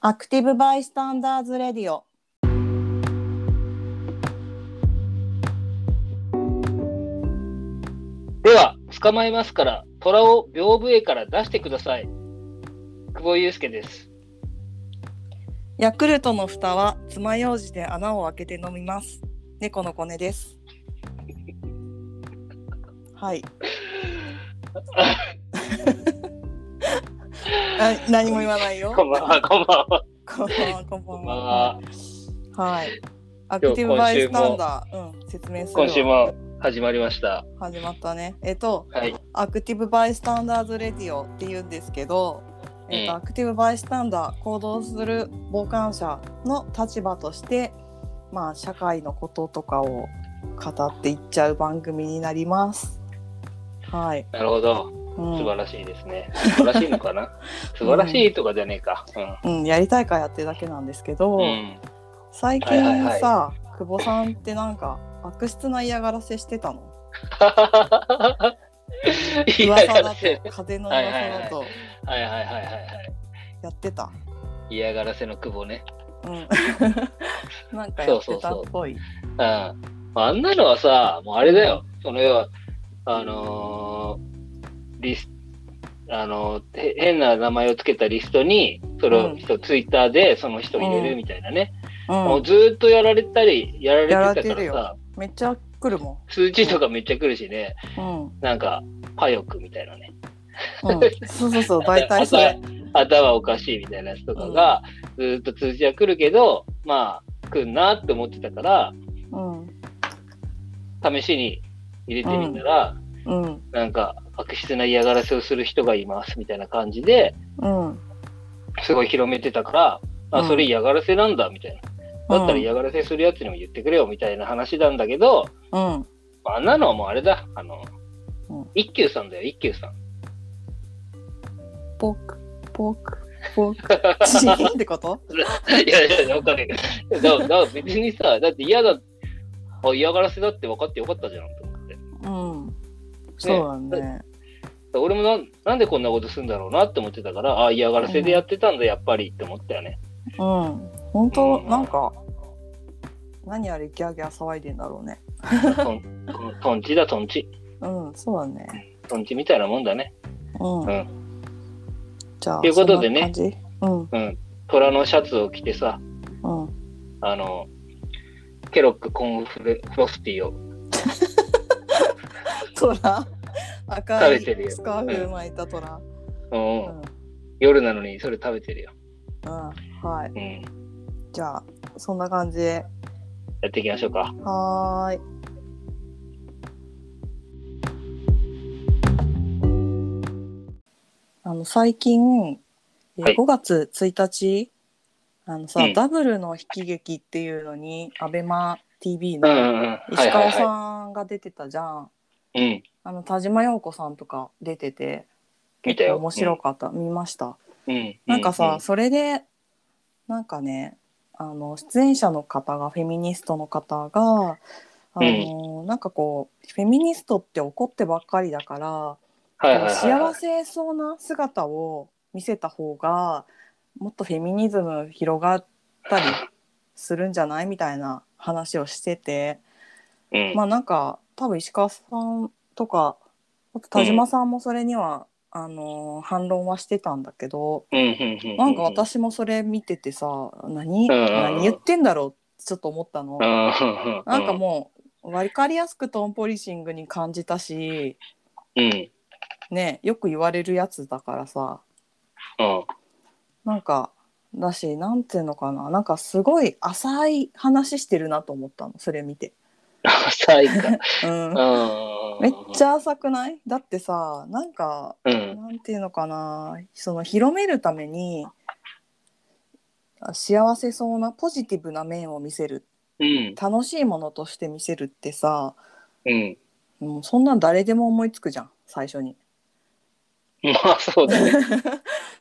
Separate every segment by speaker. Speaker 1: アクティブバイスタンダーズレディオ。
Speaker 2: では、捕まえますから、虎を屏風絵から出してください。久保祐介です。
Speaker 1: ヤクルトの蓋は爪楊枝で穴を開けて飲みます。猫の骨です。はい。 あ何も言わないよ。
Speaker 2: こんばんは、こんばんは。
Speaker 1: こんばんは。こんば
Speaker 2: こん
Speaker 1: ん
Speaker 2: ばん
Speaker 1: は。
Speaker 2: は。
Speaker 1: はい。アクティブバイスタンダー、うん、説明するわ
Speaker 2: 今週も始まりました。
Speaker 1: 始まったね。えっと、
Speaker 2: はい。
Speaker 1: アクティブバイスタンダーズレディオって言うんですけど、えっと
Speaker 2: うん
Speaker 1: アクティブバイスタンダー行動する傍観者の立場として、まあ、社会のこととかを語っていっちゃう番組になります。はい、
Speaker 2: なるほど。
Speaker 1: う
Speaker 2: 素
Speaker 1: ん
Speaker 2: 晴らしいですね。素晴らしいの かな素晴らしいとかじゃねえか。
Speaker 1: うん、やりたいからやってるだけなんですけど、
Speaker 2: うん。うん。
Speaker 1: 最近さ、
Speaker 2: はいはい
Speaker 1: 久保さんってなんか悪質な嫌がらせしてたの 噂
Speaker 2: いやいや
Speaker 1: だと風の噂だと
Speaker 2: はいはいはいはいはい。
Speaker 1: やってた。
Speaker 2: 嫌がらせの久保ね。
Speaker 1: うん、 なんかやってたっぽい。
Speaker 2: うん。あんなのはさ、もうあれだよ。その要は、あのーリス、あのーへ変な名前をつけたリストに、その人、ツイッターでその人入れるみたいなね。も
Speaker 1: う
Speaker 2: うずーっとやられたり、やられてた
Speaker 1: やられて
Speaker 2: か
Speaker 1: る
Speaker 2: らさ
Speaker 1: よ、ん、めっちゃ来るも
Speaker 2: 数字とかめっちゃ来るしね、
Speaker 1: ん。うん
Speaker 2: なんか、パヨクみたいなね。
Speaker 1: うん そうそうそう、大体それ。
Speaker 2: 頭おかしいみたいなやつとかが、ずーっと通知は来るけど、まあ、来んなって思ってたから、
Speaker 1: うん。
Speaker 2: 試しに入れてみたら、
Speaker 1: うん。
Speaker 2: なんか悪質な嫌がらせをする人がいますみたいな感じで
Speaker 1: うん。
Speaker 2: すごい広めてたから、
Speaker 1: うん
Speaker 2: あそれ嫌がらせなんだみたいなだったら
Speaker 1: うん
Speaker 2: 嫌がらせするやつにも言ってくれよみたいな話なんだけど、
Speaker 1: うん。
Speaker 2: あんなのはもうあれだあの、
Speaker 1: うん
Speaker 2: 一休さんだよ一休さん
Speaker 1: ポク、ポク、ポク。チーンってこと
Speaker 2: いやいやいやわかるよだだから別にさだって嫌だあ嫌がらせだって分かってよかったじゃんと思って
Speaker 1: うん。そうだね。
Speaker 2: 俺もなんなんでこんなことするんだろうなって思ってたからあ嫌がらせでやってたんだやっぱりって思ったよ ね
Speaker 1: うん。本当なんか、何あれギャーギャー騒いでんだろうね。
Speaker 2: とんとんとんちだとんち
Speaker 1: うん、そうだね。
Speaker 2: とんちみたいなもんだね
Speaker 1: うん。
Speaker 2: うん
Speaker 1: じゃあ、
Speaker 2: ということでね
Speaker 1: そんな感
Speaker 2: うん、虎のシャツを着てさ、
Speaker 1: じ。うん。うん。
Speaker 2: あの、ケロックコーンフレフロスティーを、
Speaker 1: 虎。赤い
Speaker 2: 食べてるよ
Speaker 1: スカーフ巻いた虎。
Speaker 2: うん
Speaker 1: うん。うん。
Speaker 2: 夜なのにそれ食べてるよ。
Speaker 1: はい。
Speaker 2: うん、
Speaker 1: じゃあ、そんな感じで。
Speaker 2: やっていきましょうか。
Speaker 1: はーい。あの最近、えー
Speaker 2: はい
Speaker 1: 5月1日あのさ、
Speaker 2: うん
Speaker 1: ダブルの悲喜劇っていうのにアベマ t v
Speaker 2: うんう
Speaker 1: の
Speaker 2: んうん。は
Speaker 1: 石
Speaker 2: いは
Speaker 1: 川
Speaker 2: いは
Speaker 1: さんが出てたじゃん、
Speaker 2: い。うん。
Speaker 1: あの田島陽子さんとか出てて
Speaker 2: 見たよ
Speaker 1: 面白かった、見ました
Speaker 2: うん。
Speaker 1: なんかさ、
Speaker 2: うん
Speaker 1: それでなんかねあの出演者の方がフェミニストの方があの、なんかこうフェミニストって怒ってばっかりだから、
Speaker 2: はいはいはいはい
Speaker 1: 幸せそうな姿を見せた方がもっとフェミニズム広がったりするんじゃないみたいな話をしてて、
Speaker 2: うん
Speaker 1: まあなんか多分石川さんとかあと田島さんもそれには、あの反論はしてたんだけど。
Speaker 2: うんうんうんうん
Speaker 1: なんか私もそれ見ててさ何
Speaker 2: うん
Speaker 1: 何言ってんだろうってちょっと思ったの
Speaker 2: う。んうんうん
Speaker 1: なんかもう分かりやすくトーンポリシングに感じたし、
Speaker 2: うん。うん。
Speaker 1: ね、よく言われるやつだからさ
Speaker 2: うん。
Speaker 1: なんかだしなんていうのかななんかすごい浅い話してるなと思ったのそれ見て。
Speaker 2: 浅いか。
Speaker 1: うん
Speaker 2: うん。
Speaker 1: めっちゃ浅くないだってさなんか
Speaker 2: うん。
Speaker 1: なんていうのかなその広めるためにあ幸せそうなポジティブな面を見せる
Speaker 2: うん。
Speaker 1: 楽しいものとして見せるってさ
Speaker 2: うん。
Speaker 1: もうそんなん誰でも思いつくじゃん最初に
Speaker 2: まあそうだね。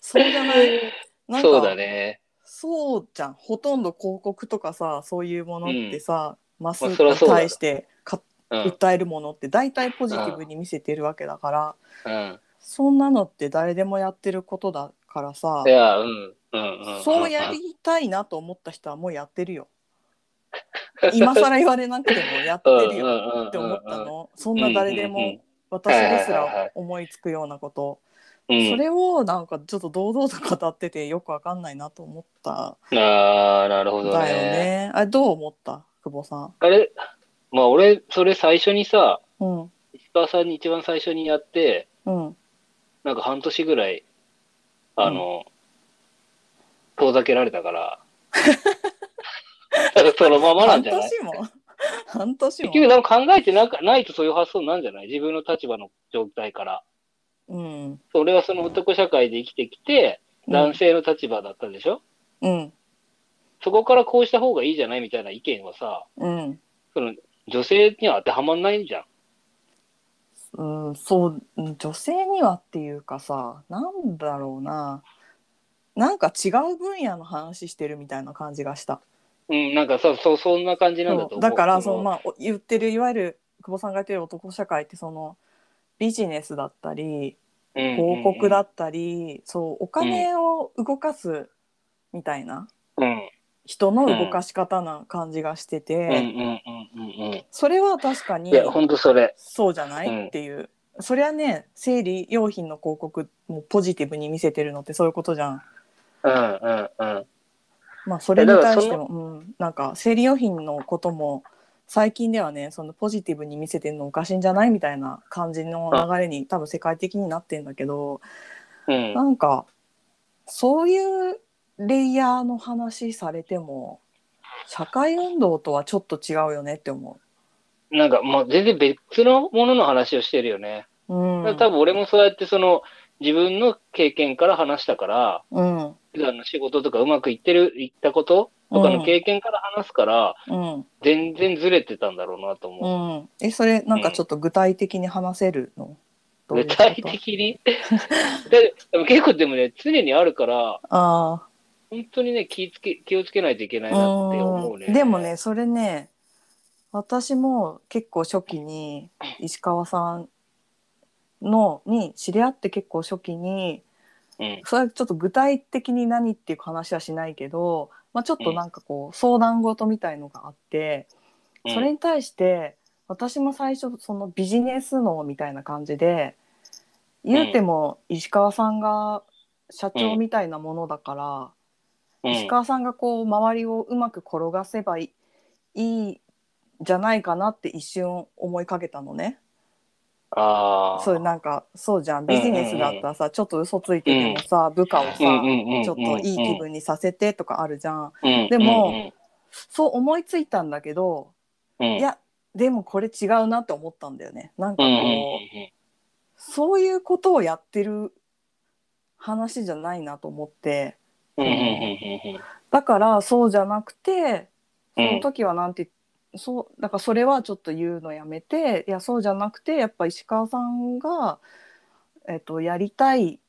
Speaker 1: そうじゃない なんか
Speaker 2: そうだね。
Speaker 1: そうじゃんほとんど広告とかさそういうものってさ、マス
Speaker 2: まあ
Speaker 1: に
Speaker 2: そりゃそうだ
Speaker 1: 対してか
Speaker 2: うん。うん。
Speaker 1: 訴えるものって大体ポジティブに見せてるわけだから、
Speaker 2: うん
Speaker 1: そんなのって誰でもやってることだからさ
Speaker 2: いや、うん。うんうん、
Speaker 1: そうやりたいなと思った人はもうやってるよ今更言われなくてもやってるよ
Speaker 2: よ
Speaker 1: って思った。のそんな誰でも私ですら思いつくようなこと
Speaker 2: うんうん
Speaker 1: それをなんかちょっと堂々と語っててよくわかんないなと思った
Speaker 2: ああ、なるほ
Speaker 1: ん
Speaker 2: ど
Speaker 1: だよ
Speaker 2: ね。
Speaker 1: ねあれどう思った久保さん
Speaker 2: あれ、まあ俺、それ最初にさ、
Speaker 1: うん
Speaker 2: 石川さんに一番最初にやって、
Speaker 1: うん
Speaker 2: なんか半年ぐらい、あの、遠ざけられ たから。そのままなん
Speaker 1: 半
Speaker 2: じゃない
Speaker 1: 年も半年
Speaker 2: 結
Speaker 1: も
Speaker 2: 局、なんか考えてなかないとそういう発想なんじゃない自分の立場の状態から。
Speaker 1: うん
Speaker 2: そう俺はその男社会で生きてきて、男性の立場だったでしょ、
Speaker 1: うん
Speaker 2: そこからこうした方がいいじゃないみたいな意見はさ、
Speaker 1: うん
Speaker 2: その女性には当てはまんないじゃん。
Speaker 1: うん、そううん女性にはっていうかさなんだろうななんか違う分野の話してるみたいな感じがした
Speaker 2: うん、なんかさ、そう、そんな感じなんだと思。
Speaker 1: そううだからそ
Speaker 2: そ
Speaker 1: の、
Speaker 2: の
Speaker 1: まあ、お言ってるいわゆる久保さんが言ってる男社会ってそのビジネスだったり
Speaker 2: うん
Speaker 1: 広告だったり、そうお金を動かすみたいな
Speaker 2: うんうん
Speaker 1: 人の動かし方な感じがしてて、
Speaker 2: うんうんうんうんうん。
Speaker 1: それは確かに
Speaker 2: いや、ほんとそれ。
Speaker 1: そうじゃない、
Speaker 2: うん
Speaker 1: っていうそりゃね生理用品の広告もポジティブに見せてるのってそういうことじゃん。
Speaker 2: うんうんうん。
Speaker 1: まあそれに
Speaker 2: えだから
Speaker 1: 対しても、うん、なんか生理用品のことも最近ではねそのポジティブに見せてるのおかしいんじゃないみたいな感じの流れに多分世界的になってんだけど
Speaker 2: うん
Speaker 1: な。んかそういうレイヤーの話されても社会運動とはちょっと違うよねって思
Speaker 2: なんか、まあ、全然別のものの話をしてるよね。
Speaker 1: う。うん、
Speaker 2: 多分俺もそうやって、その、自分の経験から話したから、
Speaker 1: うん
Speaker 2: 普段の仕事とかうまくいってる、いったこととかの経験から話すから、
Speaker 1: うん
Speaker 2: 全然ずれてたんだろうなと思う。
Speaker 1: うん、えそれなんかちょっと具体的に話せるの、どういう
Speaker 2: 具
Speaker 1: こと
Speaker 2: 体的に ででも結構でもね、常にあるから、
Speaker 1: あ
Speaker 2: 本当にね、気つけ気をつけないといけな
Speaker 1: あ、
Speaker 2: いなって思うね。
Speaker 1: うんでもね、それね私も結構初期に石川さんのに知り合って結構初期に
Speaker 2: うん、
Speaker 1: それちょっと具体的に何っていう話はしないけど、まあ、ちょっとなんかこう相談事みたいのがあって、
Speaker 2: うん
Speaker 1: それに対して私も最初そのビジネス脳みたいな感じで言うても石川さんが社長みたいなものだから、
Speaker 2: うん
Speaker 1: 石川さんがこう周りをうまく転がせばいいいいじゃないかなって一瞬思いかけたのね。
Speaker 2: ああ。
Speaker 1: そうなんかそうじゃんビジネスだったらさ、ちょっと嘘ついててもさ、部下をさ、ちょっといい気分にさせてとかあるじゃん。
Speaker 2: 分
Speaker 1: でも、そう思いついたんだけど、
Speaker 2: うんうん、
Speaker 1: いやでもこれ違うなって思ったんだよね。なんか
Speaker 2: うん
Speaker 1: こ
Speaker 2: う
Speaker 1: う、
Speaker 2: んうん
Speaker 1: そういうことをやってる話じゃないなと思って
Speaker 2: うん、うんうんうんうん
Speaker 1: だからそうじゃなくてそ
Speaker 2: うん
Speaker 1: の時はなんて、そうだからそれはちょっと言うのやめていやそうじゃなくてやっぱ石川さんが、えっとやりたい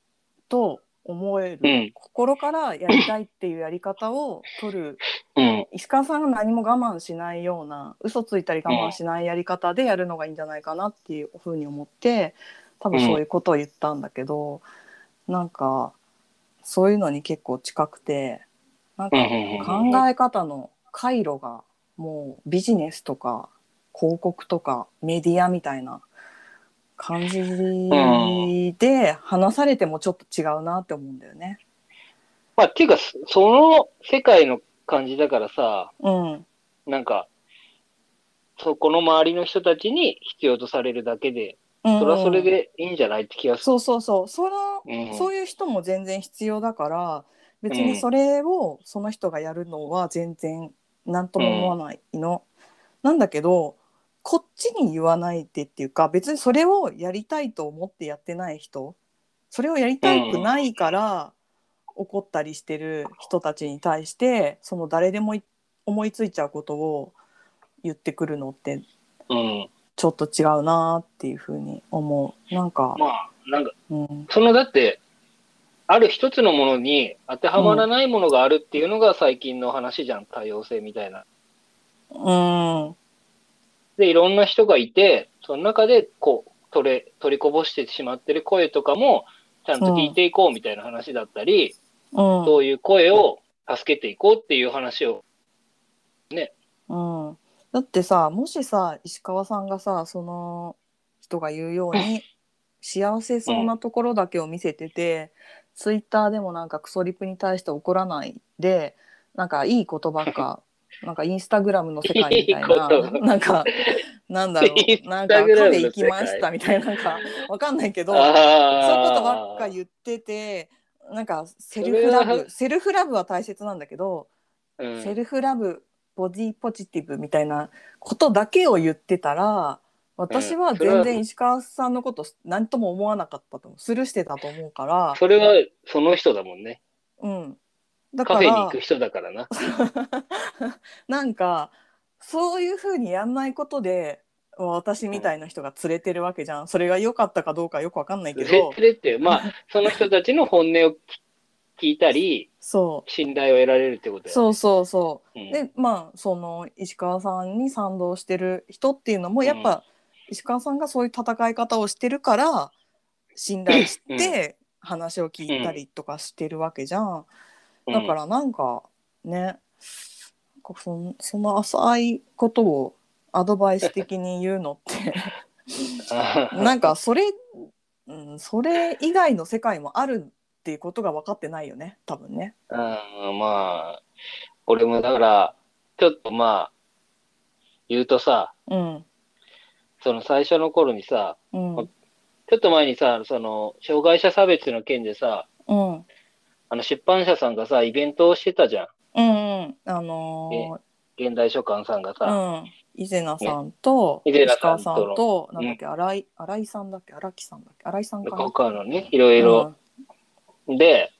Speaker 1: と思える、
Speaker 2: うん
Speaker 1: 心からやりたいっていうやり方を取る
Speaker 2: うん
Speaker 1: 石川さんが何も我慢しないような嘘ついたり我慢しないやり方でやるのがいいんじゃないかなっていうふうに思って多分そういうことを言ったんだけど、なんかそういうのに結構近くてなんか
Speaker 2: うんうんうんうん
Speaker 1: 考え方の回路がもうビジネスとか広告とかメディアみたいな感じで話されてもちょっと違うなって思うんだよね。
Speaker 2: まあ、っていうか、そその世界の感じだからさ、
Speaker 1: うん、
Speaker 2: なんか、そこの周りの人たちに必要とされるだけで、それはそれでいいんじゃないって気がする。
Speaker 1: そうそうそうその
Speaker 2: うん
Speaker 1: そういう人も全然必要だから別
Speaker 2: うん
Speaker 1: にそれをその人がやるのは全然何とも思わないの。なんだけどこっちに言わないでっていうか別にそれをやりたいと思ってやってない人それをやりたくないから怒ったりしてる人たちに対してその誰でもい思いついちゃうことを言ってくるのって
Speaker 2: うん。
Speaker 1: ちょっと違うなーっていうふうに思う。なんか、
Speaker 2: まあ、なんか、
Speaker 1: うん
Speaker 2: そのだって、ある一つのものに当てはまらないものがあるっていうのが最近の話じゃん、多様性みたいな。
Speaker 1: うん
Speaker 2: で、いろんな人がいて、その中でこう取れ取りこぼしてしまってる声とかも、ちゃんと聞いていこうみたいな話だったり、
Speaker 1: うん
Speaker 2: そういう声を助けていこうっていう話を、
Speaker 1: うん、だってさもしさ石川さんがさその人が言うように幸せそうなところだけを見せてて、ツイッターでもなんかクソリプに対して怒らないでなんかいいことばっ かなんかインスタグラムの世界みたい
Speaker 2: いい こと
Speaker 1: ななんかなんだろ
Speaker 2: インス
Speaker 1: うなんかカ
Speaker 2: タ
Speaker 1: フ
Speaker 2: グラムの世界
Speaker 1: ェ行きましたみたいななんかわかんないけど
Speaker 2: あ
Speaker 1: そういうことば
Speaker 2: あ
Speaker 1: っか言っててなんかセルフラ
Speaker 2: それ
Speaker 1: ブセルフラブは大切なんだけど
Speaker 2: うん
Speaker 1: セルフラブボディポジティブみたいなことだけを言ってたら私は全然石川さんのこと何とも思わなかったと思うスルーしてたと思うから、
Speaker 2: それはその人だもんね。
Speaker 1: うん、だ
Speaker 2: カ
Speaker 1: か
Speaker 2: フェに行
Speaker 1: ら
Speaker 2: く人だからな。
Speaker 1: なんかそういうふうにやんないことで私みたいな人が連れてるわけじゃんそれが良かったかどうかよくわかんないけど
Speaker 2: 絶れって、まあ、その人たちの本音を聞いたり、
Speaker 1: そ
Speaker 2: 信頼を得られるってこ
Speaker 1: う
Speaker 2: とだよ
Speaker 1: そうそうそう
Speaker 2: ね。
Speaker 1: でまあその石川さんに賛同してる人っていうのもやっぱ石川さんがそういう戦い方をしてるから信頼して話を聞いたりとかしてるわけじゃん。
Speaker 2: うん
Speaker 1: だ からなんかねなんかそんその浅いことをアドバイス的に言うのって
Speaker 2: うん
Speaker 1: なんかそれ、うん、それ以外の世界もあるっていうことが分かってないよね多分ね。
Speaker 2: うん、まあ、俺もだから、ちょっとまあ、言うとさ、
Speaker 1: うん
Speaker 2: その最初の頃にさ、
Speaker 1: うんうん
Speaker 2: ちょっと前にさ、その、障害者差別の件でさ、
Speaker 1: うん
Speaker 2: あの、出版社さんがさ、イベントをしてたじゃん。
Speaker 1: うんあのー
Speaker 2: 現代書館さんがさ、
Speaker 1: うん、伊勢名さんと、
Speaker 2: ね伊勢名
Speaker 1: 石
Speaker 2: さ
Speaker 1: 川
Speaker 2: んと
Speaker 1: さんと、なんだっけ、新井、新井さんだっけ、荒木さんだっけ、新井さんかな。
Speaker 2: 他のね、いろいろ。で、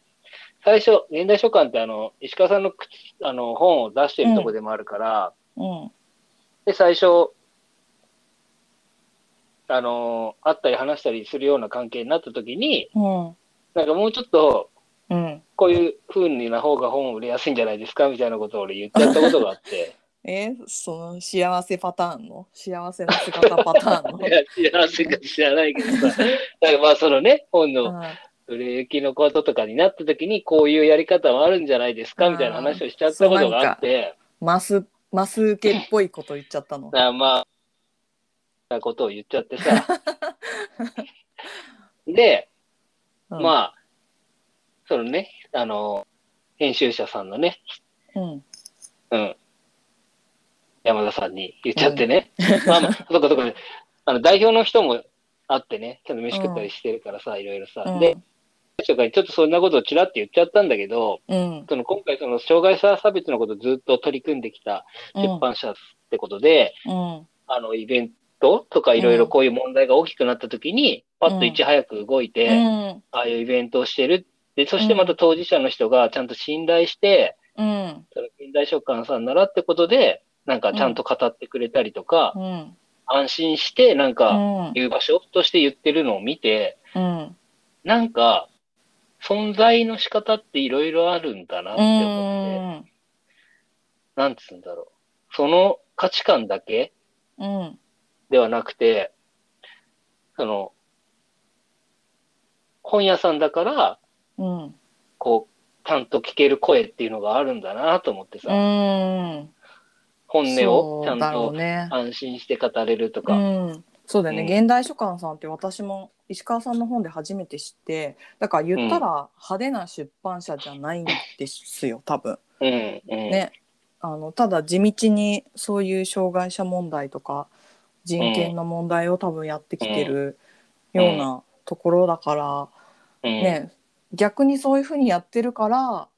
Speaker 2: 最初、現代書館ってあの、石川さんの口あの本を出してるとこでもあるから、
Speaker 1: うん。うん。
Speaker 2: で、最初、あの、会ったり話したりするような関係になった時に、
Speaker 1: うん。
Speaker 2: なんかもうちょっと、
Speaker 1: うん。
Speaker 2: こういう風にな方が本を売れやすいんじゃないですかみたいなことを俺言っちゃったことがあって。
Speaker 1: えーその幸せパターンの幸せの姿パターンの
Speaker 2: いや、知らせか知らないけど さ。だからまあそのね、本の売れ行きのこととかになった時に、こういうやり方もあるんじゃないですかみたいな話をしちゃったことがあって、
Speaker 1: うん、マスマス受けっぽいこと言っちゃったの
Speaker 2: なまあ、なことを言っちゃって さ。で、
Speaker 1: あ
Speaker 2: まあ、そのね、あの、編集者さんのね、
Speaker 1: うん
Speaker 2: うん、山田さんに言っちゃってね。 まあまあ、そこそこで、あの、代表の人もあってね、ちょっと飯食ったりしてるからさ、いろいろさ。
Speaker 1: うん
Speaker 2: で、とかにちょっとそんなことをちらって言っちゃったんだけど、
Speaker 1: うん
Speaker 2: その今回その障害者差別のことをずっと取り組んできた
Speaker 1: う
Speaker 2: 出
Speaker 1: ん
Speaker 2: 版社ってことで、
Speaker 1: うん
Speaker 2: あのイベントとかいろいろこういう問題が大きくなった時に、パッといち早く動いて、
Speaker 1: うん
Speaker 2: ああいうイベントをしてる。で、そしてまた当事者の人がちゃんと信頼して、
Speaker 1: うん
Speaker 2: その近代食館さんならってことで、なんかちゃんと語ってくれたりとか、
Speaker 1: うん
Speaker 2: 安心して、なん
Speaker 1: う
Speaker 2: か、
Speaker 1: ん
Speaker 2: 言う場所として言ってるのを見て、
Speaker 1: うん
Speaker 2: なんか、存在の仕方っていろいろあるんだなって思って、
Speaker 1: うん
Speaker 2: なんつうんだろう。その価値観だけ
Speaker 1: うん
Speaker 2: ではなくて、その、本屋さんだから、
Speaker 1: うん
Speaker 2: こう、ちゃんと聞ける声っていうのがあるんだなと思ってさ、
Speaker 1: うん
Speaker 2: 本音をちゃ
Speaker 1: そ
Speaker 2: ん
Speaker 1: うだろう
Speaker 2: と
Speaker 1: ね
Speaker 2: 安心して語れるとか。
Speaker 1: うん、そうだよね、
Speaker 2: うん
Speaker 1: 現代書館さんって私も石川さんの本で初めて知ってだから言ったら派手な出版社じゃないんですよ多分
Speaker 2: うん、うん。
Speaker 1: ね、あのただ地道にそういう障害者問題とか人権の問題を多分やってきてる
Speaker 2: うん
Speaker 1: ようなところだから、
Speaker 2: うん、
Speaker 1: ね逆にそういうふうにやってるから、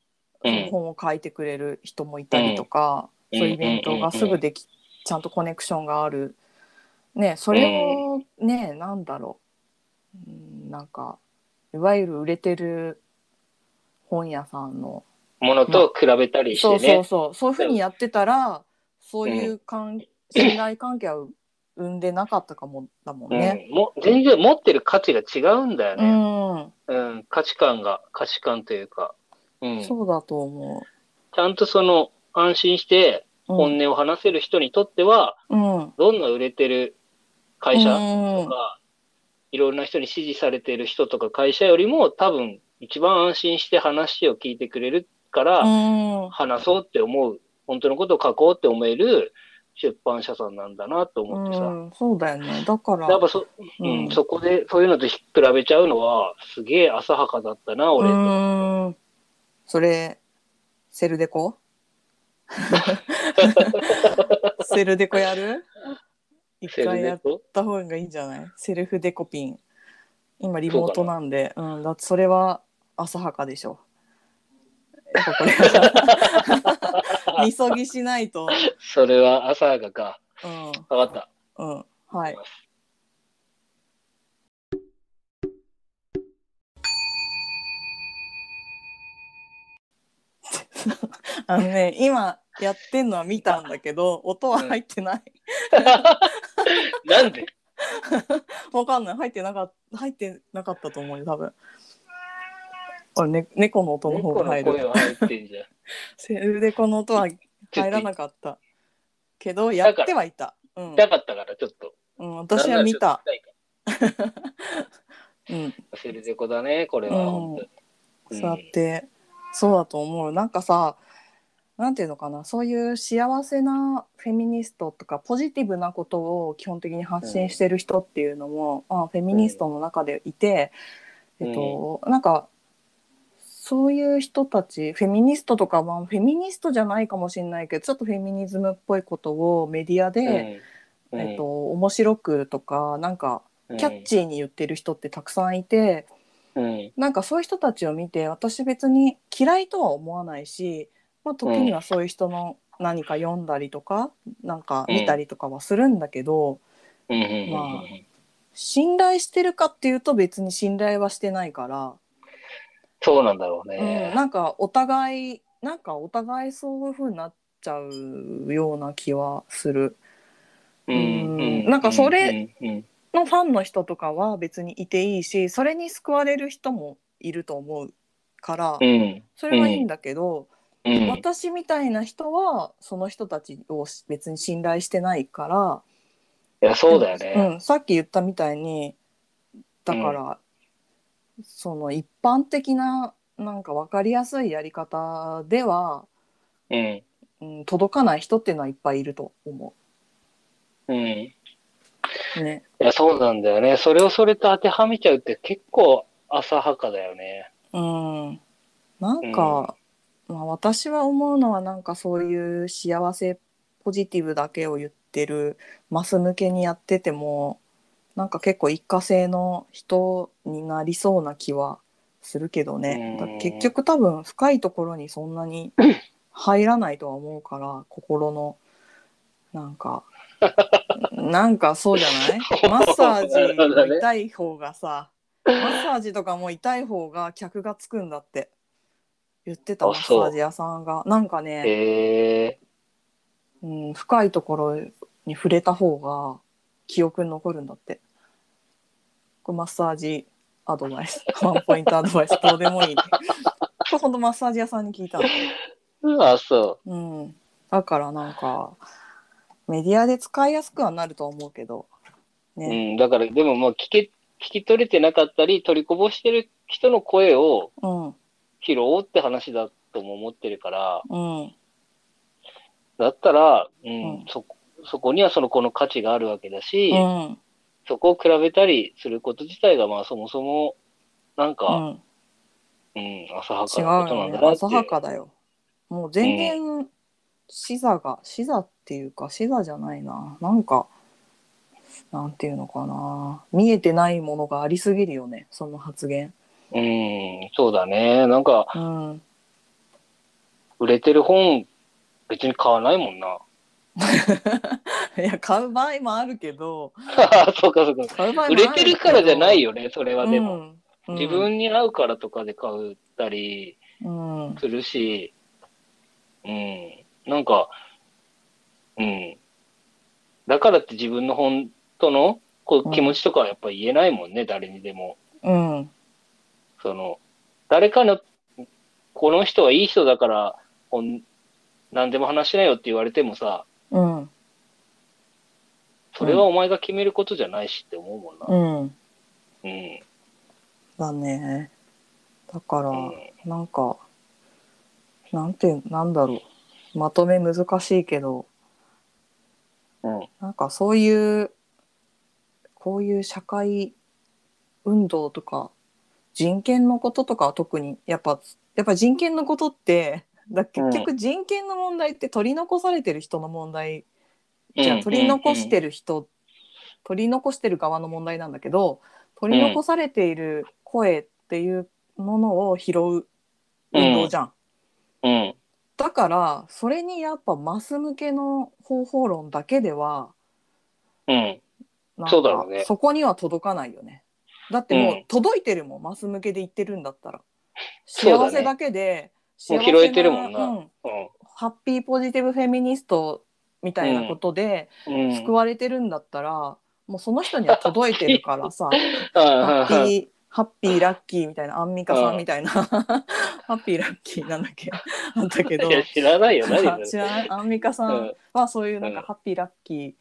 Speaker 1: そ
Speaker 2: うん
Speaker 1: の本を書いてくれる人もいたりとか、
Speaker 2: うん
Speaker 1: そういうイベントがすぐでき、ちゃんとコネクションがある、ね、それをね、なんだろううんなんかいわゆる売れてる本屋さんの、
Speaker 2: ものと比べたりして
Speaker 1: そ
Speaker 2: ね。
Speaker 1: うそうそうそういうふうにやってたらそういう関信頼関係は生んでなかったかもだもんね。
Speaker 2: うん、も全然持ってる価値が違うんだよ
Speaker 1: う
Speaker 2: ね、
Speaker 1: ん、
Speaker 2: うん価値観が、価値観というか、うん、ち
Speaker 1: そうだと思
Speaker 2: ゃんとその安心して
Speaker 1: う。うん
Speaker 2: 本音を話せる人にとっては、
Speaker 1: うん
Speaker 2: どんな売れてる会社とか、いろんな人に支持されている人とか会社よりも多分一番安心して話を聞いてくれるから、
Speaker 1: うん
Speaker 2: 話そうって思う、本当のことを書こうって思える出版社さんなんだなと思ってさ。
Speaker 1: うん、そうだよねだから
Speaker 2: やっぱそ,、
Speaker 1: う
Speaker 2: うんんそこで、そういうのと比べちゃうのは、すげえ浅はかだったな、
Speaker 1: う
Speaker 2: 俺。
Speaker 1: ーんそれセルデ コセルデコやる一
Speaker 2: セル
Speaker 1: 回や
Speaker 2: ネ
Speaker 1: っ
Speaker 2: と
Speaker 1: た方がいいんじゃないセルフデコピン今リモートなんでう、ん、だってそれは浅はかで しょやっぱこれ は みそぎしないと
Speaker 2: それは浅はかか。
Speaker 1: う
Speaker 2: わかった。
Speaker 1: んうんはい あのね今やってんのは見たんだけ ど音は入ってない
Speaker 2: なんで
Speaker 1: わかんない。入ってなかった、入ってなかったと思うよ、多分。あね、猫の音の方
Speaker 2: 猫
Speaker 1: が
Speaker 2: の
Speaker 1: 入
Speaker 2: 声
Speaker 1: る。
Speaker 2: は入ってんじゃん。
Speaker 1: セルデコの音は入らなかった。けど、やってはいた。うん。
Speaker 2: 痛かったから、ちょっと。
Speaker 1: うん、私は見た。
Speaker 2: なんならちょっと痛いか
Speaker 1: うん。
Speaker 2: ら。セルデコだね、これは。
Speaker 1: うん
Speaker 2: 本当に
Speaker 1: そうやって、そうだと思う。なんかさ、なんていうのかな、そういう幸せなフェミニストとか、ポジティブなことを基本的に発信してる人っていうのも、まあ、フェミニストの中でいて、
Speaker 2: うん
Speaker 1: えっと、なんか、そういう人たち、フェミニストとか、まあ、フェミニストじゃないかもしれないけど、ちょっとフェミニズムっぽいことをメディアで、
Speaker 2: うん
Speaker 1: えっと、面白くとか、なんか、キャッ、チーに言ってる人ってたくさんいて、
Speaker 2: うんうん
Speaker 1: なんかそういう人たちを見て私別に嫌いとは思わないし、まあ、時にはそういう人の何か読んだりとか、なんか見たりとかはするんだけど、
Speaker 2: うんうんうん
Speaker 1: まあ信頼してるかっていうと別に信頼はしてないから、
Speaker 2: そうなんだろう
Speaker 1: う
Speaker 2: ね
Speaker 1: ん、。なんかお互いなんかお互いそういう風になっちゃうような気はする。
Speaker 2: う
Speaker 1: うんなんかそれ、
Speaker 2: うんうん
Speaker 1: のファンの人とかは別にいていいしそれに救われる人もいると思うから、
Speaker 2: うん
Speaker 1: それはいいんだけど。
Speaker 2: うん
Speaker 1: 私みたいな人はその人たちを別に信頼してないから
Speaker 2: いや、そうだよね。
Speaker 1: うん、さっき言ったみたいにだから、その一般的ななんか分かりやすいやり方では、
Speaker 2: うん。
Speaker 1: うん、届かない人っていうのはいっぱいいると思。
Speaker 2: うん。いう
Speaker 1: ね、
Speaker 2: や、そうなんだよね。それをそれと当てはめちゃうって結構浅はかだよね。
Speaker 1: うんなんか、まあ、私は思うのはなんかそういう幸せポジティブだけを言ってるマス向けにやっててもなんか結構一過性の人になりそうな気はするけどね
Speaker 2: うん
Speaker 1: だから結局多分深いところにそんなに入らないとは思うから心のなん かなんか そうじゃないマッサージも痛い方がさマッサージとかも痛い方が客がつくんだって言ってたマ
Speaker 2: あ
Speaker 1: ッサ
Speaker 2: そう
Speaker 1: ージ屋さんがなんかね、
Speaker 2: へえ
Speaker 1: うん、深いところに触れた方が記憶に残るんだってこれマッサージアドバイ スワンポイントアドバイスどうでもいいこれほんとマッサージ屋さんに聞いたの
Speaker 2: あ、そ
Speaker 1: うんだからなんかメディアで使いやすくはなるとは思うけど
Speaker 2: う。う
Speaker 1: ね
Speaker 2: ん。だから、でももう聞け、聞き取れてなかったり、取りこぼしてる人の声を
Speaker 1: うんうん
Speaker 2: 拾おうって話だとも思ってるから、
Speaker 1: うん
Speaker 2: だったら、う
Speaker 1: うん
Speaker 2: ん、そこ、そこにはその子の価値があるわけだし、
Speaker 1: うん
Speaker 2: そこを比べたりすること自体が、まあそもそも、なんか、うん、浅は
Speaker 1: 違
Speaker 2: か
Speaker 1: う
Speaker 2: なことな
Speaker 1: よ
Speaker 2: ん
Speaker 1: ね
Speaker 2: だなって。
Speaker 1: 浅はかだよもう全然視座が視座っていうか視座じゃないななんかなんていうのかな見えてないものがありすぎるよねその発言
Speaker 2: うん、そうだね。なんか、
Speaker 1: うん
Speaker 2: 売れてる本、別に買わないもんな。
Speaker 1: いや買う場合もあるけど
Speaker 2: そうかそうか。
Speaker 1: 買う場合もある
Speaker 2: 売
Speaker 1: け
Speaker 2: れ
Speaker 1: ど
Speaker 2: てるからじゃないよね、それはでも。
Speaker 1: うんうん
Speaker 2: 自分に合うからとかで買ったり
Speaker 1: うん
Speaker 2: するし、うん、なんか、うん。だからって自分の本当のこ
Speaker 1: うん
Speaker 2: う気持ちとかはやっぱ言えないもんね、誰にでも。
Speaker 1: うん
Speaker 2: その、誰かの、この人はいい人だから、こん何でも話しなよって言われてもさ、
Speaker 1: うん
Speaker 2: それはお前が決めることじゃないしって思うもん
Speaker 1: う
Speaker 2: な。
Speaker 1: ん
Speaker 2: うん。
Speaker 1: だねだから、
Speaker 2: うん
Speaker 1: なんかなんてなんだろうまとめ難しいけど
Speaker 2: うん。
Speaker 1: なんかそういうこういう社会運動とか人権のこととかは特にやっぱやっぱ人権のことってだ結局人権の問題って取り残されてる人の問題じゃあ取り残し
Speaker 2: る。
Speaker 1: てる人取り残してる側の問題なんだけど取り残されている声っていうものを拾う運動じゃん。
Speaker 2: うん。
Speaker 1: だからそれにやっぱマス向けの方法論だけでは
Speaker 2: うん。
Speaker 1: なんか
Speaker 2: そうだろうね
Speaker 1: そこには届かないよね。だってもううん届いてるもん、マス向けで言ってるんだったら。
Speaker 2: そうだね
Speaker 1: 幸せだけで、
Speaker 2: もう
Speaker 1: 幸せな
Speaker 2: 拾えてるもんな
Speaker 1: うん
Speaker 2: うん
Speaker 1: ハッピーポジティブフェミニストみたいなことで
Speaker 2: うん。
Speaker 1: 救われてるんだったら、もうその人には届いてるから さハッピ
Speaker 2: あ
Speaker 1: ーハッピーラッキーみたいなアンミカさんみたいな ハッピーラッキーなんだっけあったけど
Speaker 2: いや、知ら ないよ、何それ
Speaker 1: 知らないアンミカさん
Speaker 2: うん
Speaker 1: はそういうなんか
Speaker 2: うん
Speaker 1: ハッピーラッキー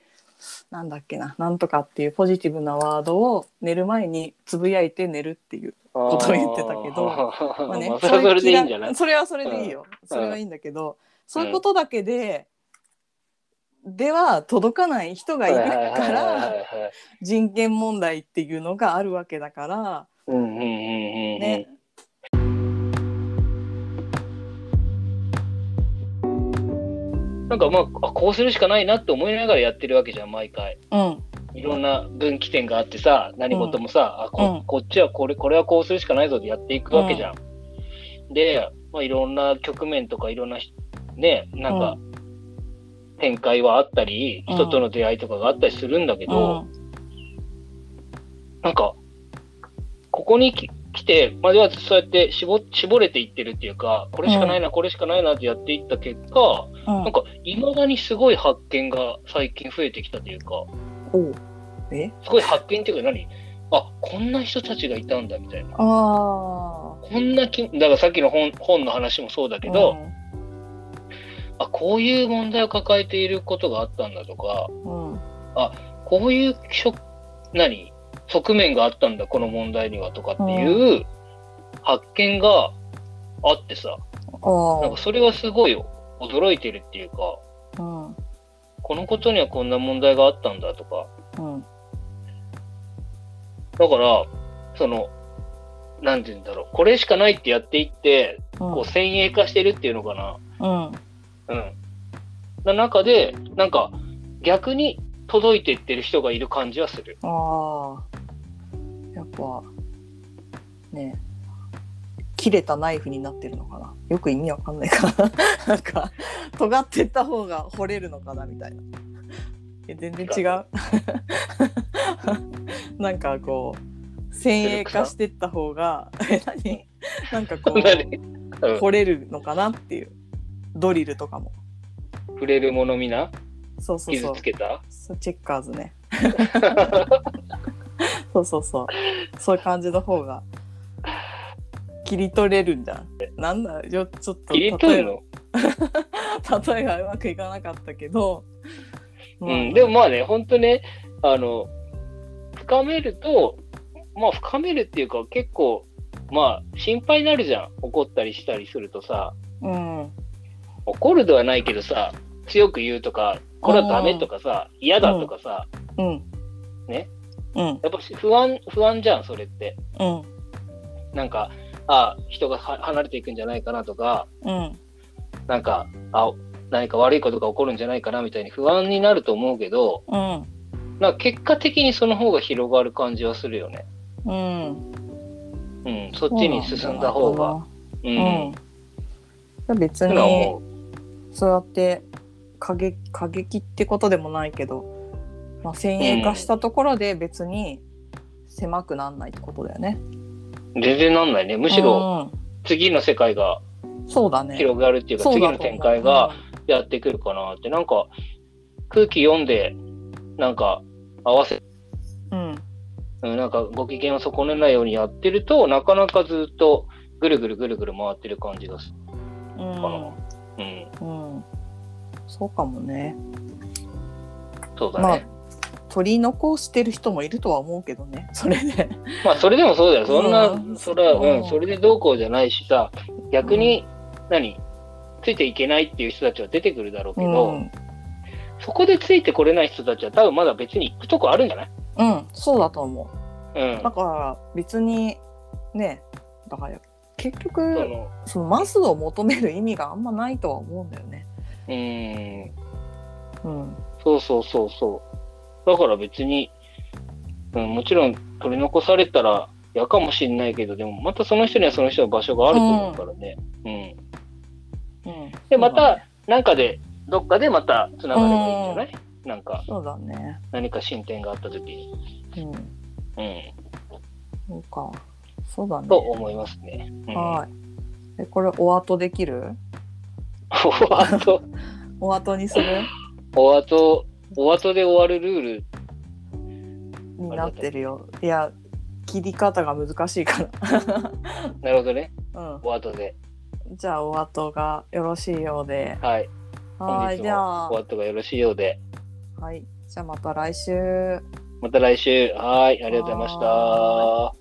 Speaker 1: なんだっけななんとかっていうポジティブなワードを寝る前につぶやいて寝るっていう、ことを言ってたけど
Speaker 2: どまあ
Speaker 1: ね
Speaker 2: ね、それはそれでいいんじゃない
Speaker 1: それはそれでいいよ、それはいいんだけど、そういうことだけで、では届かない人がいる
Speaker 2: はいはいはい
Speaker 1: か
Speaker 2: はい
Speaker 1: ら
Speaker 2: はい
Speaker 1: 人権問題っていうのがあるわけだから
Speaker 2: うんうんうんうんうん。
Speaker 1: ね。
Speaker 2: なんかまあ、あこうするしかないなって思いながらやってるわけじゃん、毎回。
Speaker 1: うん
Speaker 2: いろんな分岐点があってさ、何事もさ、あこ
Speaker 1: うん
Speaker 2: こっちはこれ、これはこうするしかないぞってやっていくわけじゃん。で、まあ、いろんな局面とかいろんなし、ね、なんか、展開はあったり、
Speaker 1: うん
Speaker 2: 人との出会いとかがあったりするんだけ
Speaker 1: う
Speaker 2: ど、
Speaker 1: ん
Speaker 2: なんか、ここにき来て、まあ、ではそうやって絞絞れていってるっていうか、これしかないな、これしかないなってやっていった結果、
Speaker 1: うん
Speaker 2: なんか、いまだにすごい発見が最近増えてきたというか、
Speaker 1: おうえ
Speaker 2: すごい発見っていうか何あ、こんな人たちがいたんだみたいな。
Speaker 1: ああ
Speaker 2: こんなき、だからさっきの本本の話もそうだけど、あ、こういう問題を抱えていることがあったんだとか、
Speaker 1: うん、うん
Speaker 2: こういうしょ、何側面があったんだ、この問題にはとかっていう発見があってさ、
Speaker 1: あ
Speaker 2: なんかそれはすごい驚いてるっていうか、
Speaker 1: あうん
Speaker 2: このことにはこんな問題があったんだとか、
Speaker 1: うん
Speaker 2: だから、その、なんて言うんだろう、これしかないってやっていって、
Speaker 1: うん
Speaker 2: こう先鋭化してるっていうのか
Speaker 1: うん
Speaker 2: な。うん。な中で、なんか、逆に届いてってる人がいる感じはする。
Speaker 1: ああやっぱね切れたナイフになってるのかなよく意味わかんないかな なんか尖ってった方が掘れるのかなみたいなえ全然違う なんかこう先鋭化してった方が え何なんかこう
Speaker 2: 何うん
Speaker 1: 掘れるのかなっていうドリルとかも
Speaker 2: 触れるものみな
Speaker 1: そうそうそ
Speaker 2: 傷
Speaker 1: う
Speaker 2: つけた
Speaker 1: そうチェッカーズ ねそうそうそうそういう感じの方が切り取れるんじゃんなんだよちょっと
Speaker 2: 切り取る
Speaker 1: 例
Speaker 2: の
Speaker 1: え例えがうまくいかなかったけど、
Speaker 2: うん。でもまあね、ほんとね、あの、深めると、まあ深めるっていうか結構、まあ心配になるじゃん。怒ったりしたりするとさ。
Speaker 1: うん
Speaker 2: 怒るではないけどさ強く言うとかこれはダメとかさ嫌だとかさ、
Speaker 1: うん
Speaker 2: ね
Speaker 1: うん
Speaker 2: やっぱし不安不安じゃんそれって
Speaker 1: うん
Speaker 2: なんかあ人がは離れていくんじゃないかなとか
Speaker 1: うん
Speaker 2: なんかあ何か悪いことが起こるんじゃないかなみたいに不安になると思うけど
Speaker 1: うん
Speaker 2: なんか結果的にその方が広がる感じはするよね
Speaker 1: うん
Speaker 2: うんそっちに進んだ方がう
Speaker 1: うんん、うん、別
Speaker 2: ってのは
Speaker 1: に
Speaker 2: 思う
Speaker 1: そうやって過激過激ってことでもないけど、まあ、先鋭化したところで別に狭くなんないってことだよね。
Speaker 2: 全然なんないねむしろ次の世界が
Speaker 1: うん、そうだね。
Speaker 2: 広がるっていうか、
Speaker 1: そうだと思
Speaker 2: 次
Speaker 1: う
Speaker 2: の展開が、やってくるかなって、なんか空気読んで、なんか合わせ、
Speaker 1: うん、
Speaker 2: うんなんかご機嫌を損ねないようにやってると、なかなかずっとぐるぐるぐるぐる回ってる感じがす
Speaker 1: う
Speaker 2: るかな。うん、
Speaker 1: ん、うん、そうかもね。
Speaker 2: そうだ
Speaker 1: まあ
Speaker 2: ね。
Speaker 1: 取り残してる人もいるとは思うけどねそれで。
Speaker 2: まあそれでもそうだよ。そんな、
Speaker 1: うん
Speaker 2: それは、
Speaker 1: う
Speaker 2: うんん、それでどうこうじゃないしさ、逆に、何ついていけないっていう人たちは出てくるだろうけど、
Speaker 1: うん
Speaker 2: そこでついてこれない人たちは多分まだ別に行くとこあるんじゃない
Speaker 1: うん、そうだと思
Speaker 2: う
Speaker 1: う。
Speaker 2: ん
Speaker 1: だ。から別にね、だから結
Speaker 2: そ
Speaker 1: 局
Speaker 2: の、
Speaker 1: そのマスを求める意味があんまないとは思うんだよね。
Speaker 2: うーん、
Speaker 1: うん、
Speaker 2: そうそうそうそう。だから別に、うん、もちろん取り残されたら嫌かもしれないけど、でもまたその人にはその人の場所があると思うからね。うん。
Speaker 1: うん、
Speaker 2: で、また、なんかで、どっかでまた繋がればいいんじゃないなんか、
Speaker 1: そうだね。
Speaker 2: 何か進展があった時に。
Speaker 1: うん、
Speaker 2: うん。
Speaker 1: そうか、そうだね
Speaker 2: と。思いますね。うん、
Speaker 1: はい。え、これお後できる？
Speaker 2: お後、
Speaker 1: お後にする？
Speaker 2: お後、お後で終わるルール。
Speaker 1: になってるよ。いや、切り方が難しいか
Speaker 2: なるほどね。
Speaker 1: ら。うん。
Speaker 2: お後で。
Speaker 1: じゃあお後がよろしいようで。
Speaker 2: はい。
Speaker 1: は
Speaker 2: 本
Speaker 1: い、
Speaker 2: 日
Speaker 1: じゃ
Speaker 2: も
Speaker 1: あ
Speaker 2: お、後がよろしいようで。
Speaker 1: はい、じゃあまた来週。
Speaker 2: また来週。はい。ありがとうございました。
Speaker 1: は